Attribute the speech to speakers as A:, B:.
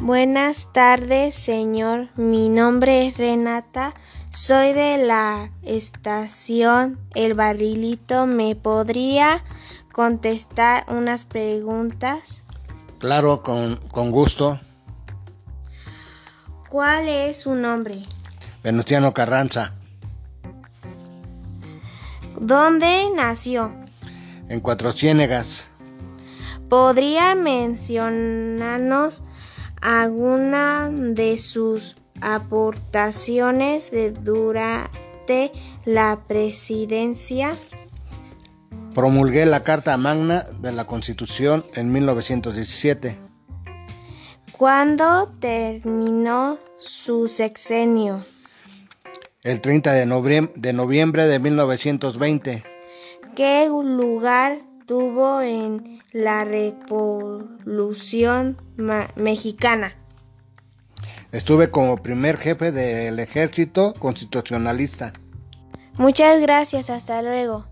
A: Buenas tardes, señor. Mi nombre es Renata. Soy de la estación El Barrilito. ¿Me podría contestar unas preguntas?
B: Claro, con, con gusto.
A: ¿Cuál es su nombre?
B: Venustiano Carranza,
A: ¿Dónde nació?
B: en Cuatro Ciénegas.
A: ¿Podría mencionarnos alguna de sus aportaciones de- durante la presidencia?
B: Promulgué la Carta Magna de la Constitución en 1917.
A: ¿Cuándo terminó su sexenio?
B: El 30 de, noviem- de noviembre de 1920,
A: ¿Qué lugar tuvo en la Revolución Ma- Mexicana?
B: estuve como primer jefe del ejército constitucionalista.
A: Muchas gracias, hasta luego.